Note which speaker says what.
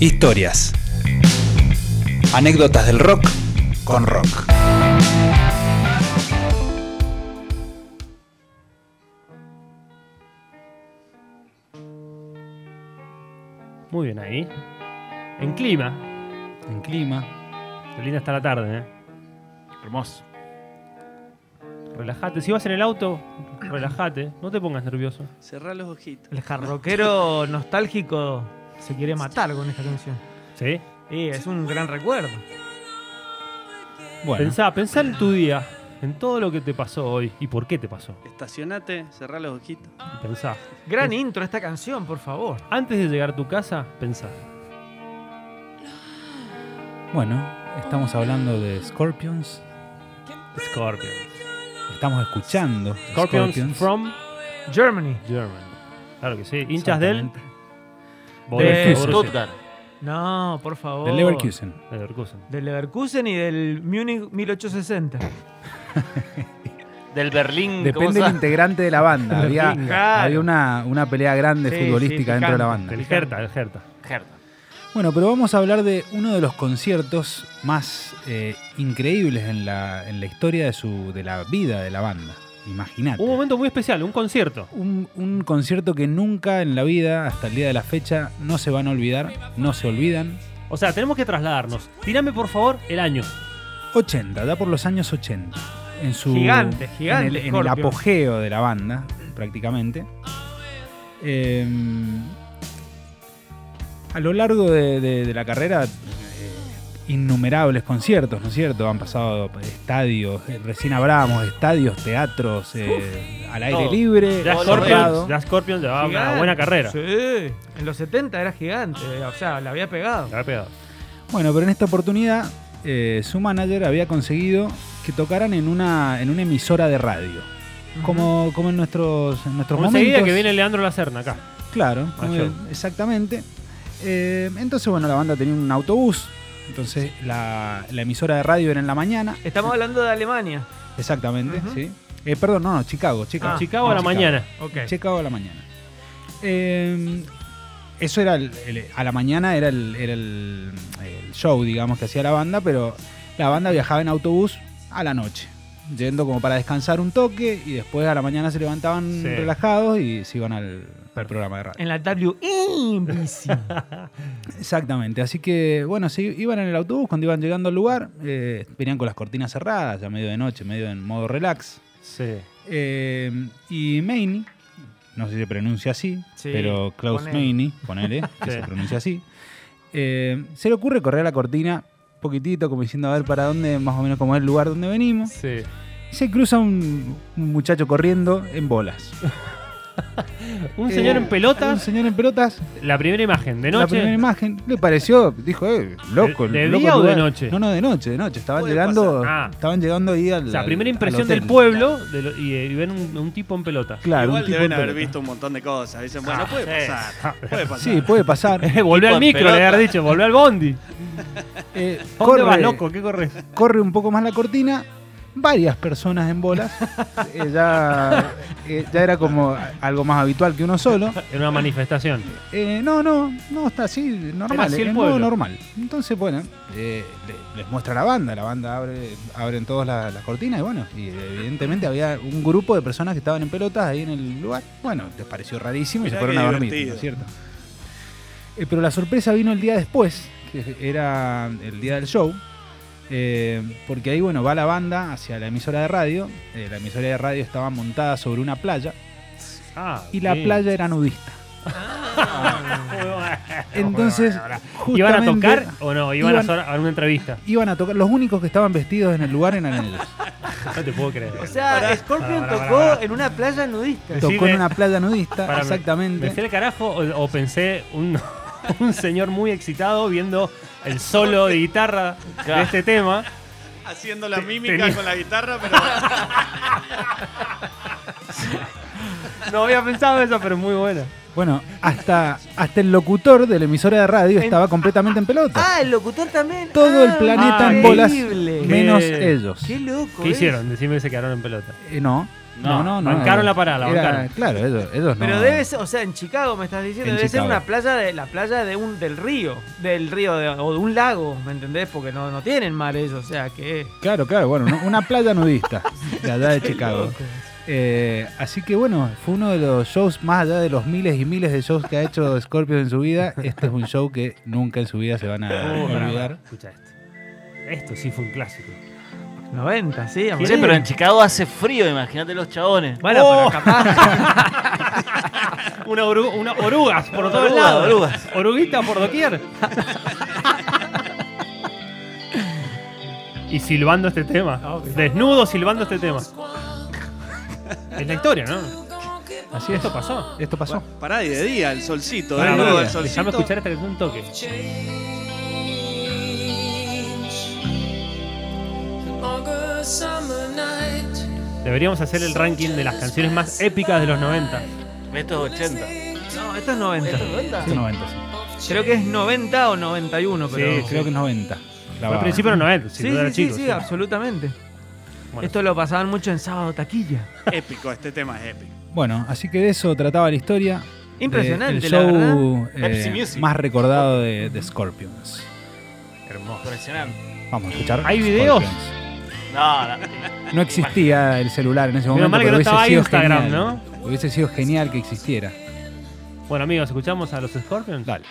Speaker 1: Historias. Anécdotas del rock con rock.
Speaker 2: Muy bien ahí. En clima.
Speaker 3: En clima.
Speaker 2: Qué linda está la tarde, ¿eh?
Speaker 3: Hermoso.
Speaker 2: Relájate. Si vas en el auto, relájate. No te pongas nervioso.
Speaker 4: Cerrá los ojitos.
Speaker 5: El jarroquero nostálgico se quiere matar con esta canción.
Speaker 2: ¿Sí?
Speaker 5: Y es un gran recuerdo.
Speaker 3: Bueno,
Speaker 2: Pensá, pensá en tu día. En todo lo que te pasó hoy y por qué te pasó.
Speaker 4: Estacionate, cerrá los ojitos.
Speaker 2: Y Pensá.
Speaker 5: Gran intro esta canción, por favor.
Speaker 2: Antes de llegar a tu casa, pensá.
Speaker 3: bueno, estamos hablando de Scorpions.
Speaker 2: Scorpions.
Speaker 3: Estamos escuchando
Speaker 2: Scorpions, from
Speaker 5: Germany.
Speaker 2: Germany. Claro que sí. Hinchas del
Speaker 3: Exactamente.
Speaker 2: Borussia-
Speaker 5: Borussia.
Speaker 2: Borussia-
Speaker 5: No, por favor.
Speaker 3: De Leverkusen.
Speaker 2: de Leverkusen.
Speaker 5: Del Leverkusen y del Munich 1860.
Speaker 6: Del Berlín. ¿cómo
Speaker 7: Depende del
Speaker 6: se-
Speaker 7: integrante de la banda. Había,
Speaker 5: Claro.
Speaker 7: había una, una pelea grande
Speaker 5: Sí,
Speaker 7: futbolística
Speaker 5: sí,
Speaker 7: dentro de la
Speaker 5: picante.
Speaker 7: banda.
Speaker 2: Del Hertha, del Hertha.
Speaker 6: Gerda.
Speaker 7: Bueno, pero vamos a hablar de uno de los conciertos más eh, increíbles en la, en la historia de, su, de la vida de la banda. Imagínate.
Speaker 2: Un momento muy especial, un concierto.
Speaker 7: Un, un concierto que nunca en la vida, hasta el día de la fecha, no se van a olvidar, no se olvidan.
Speaker 2: O sea, tenemos que trasladarnos. Tírame, por favor, el año.
Speaker 7: 80, da por los años 80. En su,
Speaker 5: Gigante, gigante,
Speaker 7: En el, en el
Speaker 5: Scorpions.
Speaker 7: apogeo de la banda, prácticamente. Eh, a lo largo de, de- de la carrera, eh, innumerables conciertos, ¿no es cierto? Han pasado estadios, eh, recién hablábamos, de estadios, teatros, eh, al aire
Speaker 6: todo.
Speaker 7: libre,
Speaker 2: Ya
Speaker 6: Hola,
Speaker 2: Scorpions,
Speaker 7: cerrado.
Speaker 2: ya Scorpions llevaba una
Speaker 5: Gigante.
Speaker 2: buena carrera.
Speaker 5: Sí. En los 70 era gigante. eh, O sea, la había pegado.
Speaker 2: La había pegado.
Speaker 7: Bueno, pero en esta oportunidad eh, su manager había conseguido que tocaran en una, en una emisora de radio. Como, como en nuestros, en nuestros
Speaker 2: Como
Speaker 7: momentos.
Speaker 2: enseguida que viene Leandro Lacerna acá.
Speaker 7: Claro,
Speaker 2: Ah,
Speaker 7: como-
Speaker 2: yo.
Speaker 7: exactamente. Eh, entonces, bueno, la banda tenía un autobús. Entonces, la, la emisora de radio era en la mañana.
Speaker 5: Estamos hablando de Alemania.
Speaker 7: Exactamente,
Speaker 5: Ujú.
Speaker 7: sí. Eh, perdón, no, no, Chicago, Chicago.
Speaker 5: Ah,
Speaker 2: Chicago a la mañana.
Speaker 5: Ok.
Speaker 7: Chicago a la mañana. Eh, eso era el- el- a la mañana era, el, era el- el show, digamos, que hacía la banda, pero la banda viajaba en autobús a la noche, yendo como para descansar un toque y después a la mañana se levantaban
Speaker 2: Sí.
Speaker 7: relajados y se iban al, al programa de radio.
Speaker 5: En la W.
Speaker 7: Exactamente, así que bueno, se iban en el autobús cuando iban llegando al lugar, eh, venían con las cortinas cerradas, ya medio de noche, medio en modo relax.
Speaker 2: Sí.
Speaker 7: Eh, y Meini, no sé si se pronuncia así,
Speaker 5: Sí,
Speaker 7: pero Klaus
Speaker 5: ponele.
Speaker 7: Meini, ponele, que
Speaker 2: Sí.
Speaker 7: se pronuncia así, eh, se le ocurre correr la cortina un poquitito, como diciendo a ver para dónde, más o menos como es el lugar donde venimos.
Speaker 2: Sí.
Speaker 7: Se cruza un, un muchacho corriendo en bolas.
Speaker 2: Un
Speaker 7: Eh,
Speaker 2: señor en
Speaker 7: Un
Speaker 2: pelotas.
Speaker 7: señor en pelotas,
Speaker 2: La primera imagen, de
Speaker 7: la
Speaker 2: noche.
Speaker 7: primera imagen, le pareció, dijo, eh, loco.
Speaker 2: ¿De- de
Speaker 7: loco
Speaker 2: día
Speaker 7: el
Speaker 2: o de
Speaker 7: lugar.
Speaker 2: noche?
Speaker 7: No, no, de noche, de noche. Estaban
Speaker 4: Puede
Speaker 7: llegando,
Speaker 2: pasar. Ah.
Speaker 7: estaban llegando ahí al
Speaker 2: o sea,
Speaker 7: al-
Speaker 2: primera
Speaker 7: al
Speaker 2: impresión del
Speaker 7: hotel.
Speaker 2: pueblo de lo- y, eh, y ven un, un tipo en pelota.
Speaker 7: Claro, un
Speaker 4: Igual
Speaker 7: tipo
Speaker 4: deben
Speaker 7: en
Speaker 4: haber
Speaker 7: pelota.
Speaker 4: visto un montón de cosas. Dicen, bueno,
Speaker 2: Ah,
Speaker 4: puede
Speaker 2: sí. Eh,
Speaker 4: pasar. Puede pasar.
Speaker 7: Sí, puede pasar.
Speaker 2: volvé
Speaker 6: Tipo
Speaker 2: al
Speaker 6: en
Speaker 2: micro, le
Speaker 6: pelota.
Speaker 2: haber dicho, volvé al bondi.
Speaker 7: Eh,
Speaker 2: ¿A ¿Dónde vas, loco? ¿Qué corres?
Speaker 7: corre un poco más la cortina, varias personas en bolas. Eh, ya, eh, ya era como algo más habitual que uno solo.
Speaker 2: En una manifestación.
Speaker 7: Eh, no, no, no, está así,
Speaker 2: Era
Speaker 7: normal,
Speaker 2: así el
Speaker 7: en modo
Speaker 2: pueblo.
Speaker 7: normal. Entonces, bueno, eh, le- les muestra la banda, la banda abre, abren todas la- las cortinas y bueno, y evidentemente había un grupo de personas que estaban en pelotas ahí en el lugar. Bueno, les pareció rarísimo y se
Speaker 4: Mirá
Speaker 7: fueron
Speaker 4: qué
Speaker 7: a dormir,
Speaker 4: divertido.
Speaker 7: ¿no es cierto? Eh, pero la sorpresa vino el día después, que era el día del show. eh, porque ahí, bueno, va la banda hacia la emisora de radio. eh, la emisora de radio estaba montada sobre una playa
Speaker 2: Ah,
Speaker 7: y la
Speaker 2: sí.
Speaker 7: playa era nudista. Entonces,
Speaker 2: ¿Iban a
Speaker 7: justamente-
Speaker 2: tocar o no? ¿Iban, a
Speaker 7: iban-
Speaker 2: hacer a una entrevista?
Speaker 7: Iban a tocar. Los únicos que estaban vestidos en el lugar eran ellos.
Speaker 2: No te puedo creer.
Speaker 5: O sea,
Speaker 2: Pará,
Speaker 5: Scorpion
Speaker 2: pará,
Speaker 5: tocó
Speaker 2: pará, pará.
Speaker 5: en una playa nudista.
Speaker 7: Tocó
Speaker 2: Decime-
Speaker 7: en una playa nudista,
Speaker 2: Pará, me- ¿Me fui
Speaker 7: exactamente.
Speaker 2: al carajo o, o pensé un, un señor muy excitado viendo el solo de guitarra de este tema?
Speaker 4: Haciendo la
Speaker 2: Te-
Speaker 4: mímica
Speaker 2: tenía-
Speaker 4: con la guitarra, pero
Speaker 2: No había pensado eso, pero muy buena.
Speaker 7: Bueno, hasta, hasta el locutor de la emisora de radio estaba completamente en pelota.
Speaker 5: Ah, el locutor también.
Speaker 7: Todo el
Speaker 5: Ah,
Speaker 7: planeta
Speaker 2: ah,
Speaker 7: en bolas,
Speaker 5: increíble.
Speaker 7: menos
Speaker 2: Qué-
Speaker 7: ellos.
Speaker 5: Qué loco. eh.
Speaker 2: ¿Qué
Speaker 5: es.
Speaker 2: hicieron? Decime que se quedaron en pelota.
Speaker 7: Eh, no, No, no, no.
Speaker 2: Bancaron
Speaker 7: era-
Speaker 2: la parada, la
Speaker 7: era-
Speaker 2: bancaron.
Speaker 7: Claro, ellos, ellos
Speaker 5: Pero
Speaker 7: no.
Speaker 5: debe ser, o sea, en Chicago me estás diciendo,
Speaker 7: En
Speaker 5: debe
Speaker 7: Chicago.
Speaker 5: ser una playa de la playa de un del río, del río de- o de un lago, ¿me entendés? Porque no, no tienen mar ellos, o sea que
Speaker 7: Claro, claro, bueno, no- una playa nudista de allá de Chicago. Eh, así que bueno, fue uno de los shows, más allá de los miles y miles de shows que ha hecho Scorpion en su vida, este es un show que nunca en su vida se van a
Speaker 2: Oh, pará,
Speaker 7: olvidar.
Speaker 2: Escucha esto. Esto sí fue un clásico.
Speaker 5: 90, sí, amor.
Speaker 6: Che, pero en Chicago hace frío, imagínate los chabones.
Speaker 5: Bueno,
Speaker 2: Oh.
Speaker 5: pero capaz.
Speaker 2: Una, oru- una- orugas por todos
Speaker 6: Orugas,
Speaker 2: lados.
Speaker 6: orugas.
Speaker 2: Oruguita por doquier. y silbando este tema. Desnudo silbando este tema. Es la historia, ¿no?
Speaker 7: Así es,
Speaker 2: Esto pasó.
Speaker 7: esto pasó.
Speaker 4: Pará, y de día, el solcito,
Speaker 7: Pará,
Speaker 4: de nuevo,
Speaker 7: pará,
Speaker 4: el solcito.
Speaker 2: Déjame Ah, escuchar hasta que un toque.
Speaker 8: August summer night.
Speaker 2: Deberíamos hacer el ranking de las canciones más épicas de los 90.
Speaker 6: Estos 80.
Speaker 5: No, esto es 90.
Speaker 6: ¿Estos 90?
Speaker 7: Es 90, sí.
Speaker 5: Creo que es 90 o 91, pero.
Speaker 7: Creo que es 90.
Speaker 2: Fue Al principio de los 90, sin
Speaker 5: Sí,
Speaker 2: duda
Speaker 5: sí,
Speaker 2: era
Speaker 5: sí,
Speaker 2: chico,
Speaker 5: sí,
Speaker 2: sí.
Speaker 5: absolutamente.
Speaker 2: Bueno,
Speaker 5: Esto lo pasaban mucho en sábado taquilla.
Speaker 4: Épico, este tema es épico.
Speaker 7: Bueno, así que de eso trataba la historia. de
Speaker 5: Impresionante,
Speaker 7: el
Speaker 5: la
Speaker 7: show
Speaker 6: verdad.
Speaker 7: eh,
Speaker 6: Pepsi Music.
Speaker 7: más recordado de, de Scorpions.
Speaker 2: hermoso.
Speaker 6: Impresionante.
Speaker 7: Vamos a escuchar.
Speaker 2: ¿Hay videos?
Speaker 7: Scorpions.
Speaker 6: No, no.
Speaker 7: No existía el celular en ese momento.
Speaker 2: mal que
Speaker 7: pero
Speaker 2: no
Speaker 7: hubiese
Speaker 2: estaba
Speaker 7: sido
Speaker 2: Instagram,
Speaker 7: genial. Hubiese sido genial que existiera.
Speaker 2: Bueno, amigos, escuchamos a los Scorpions.
Speaker 7: Dale.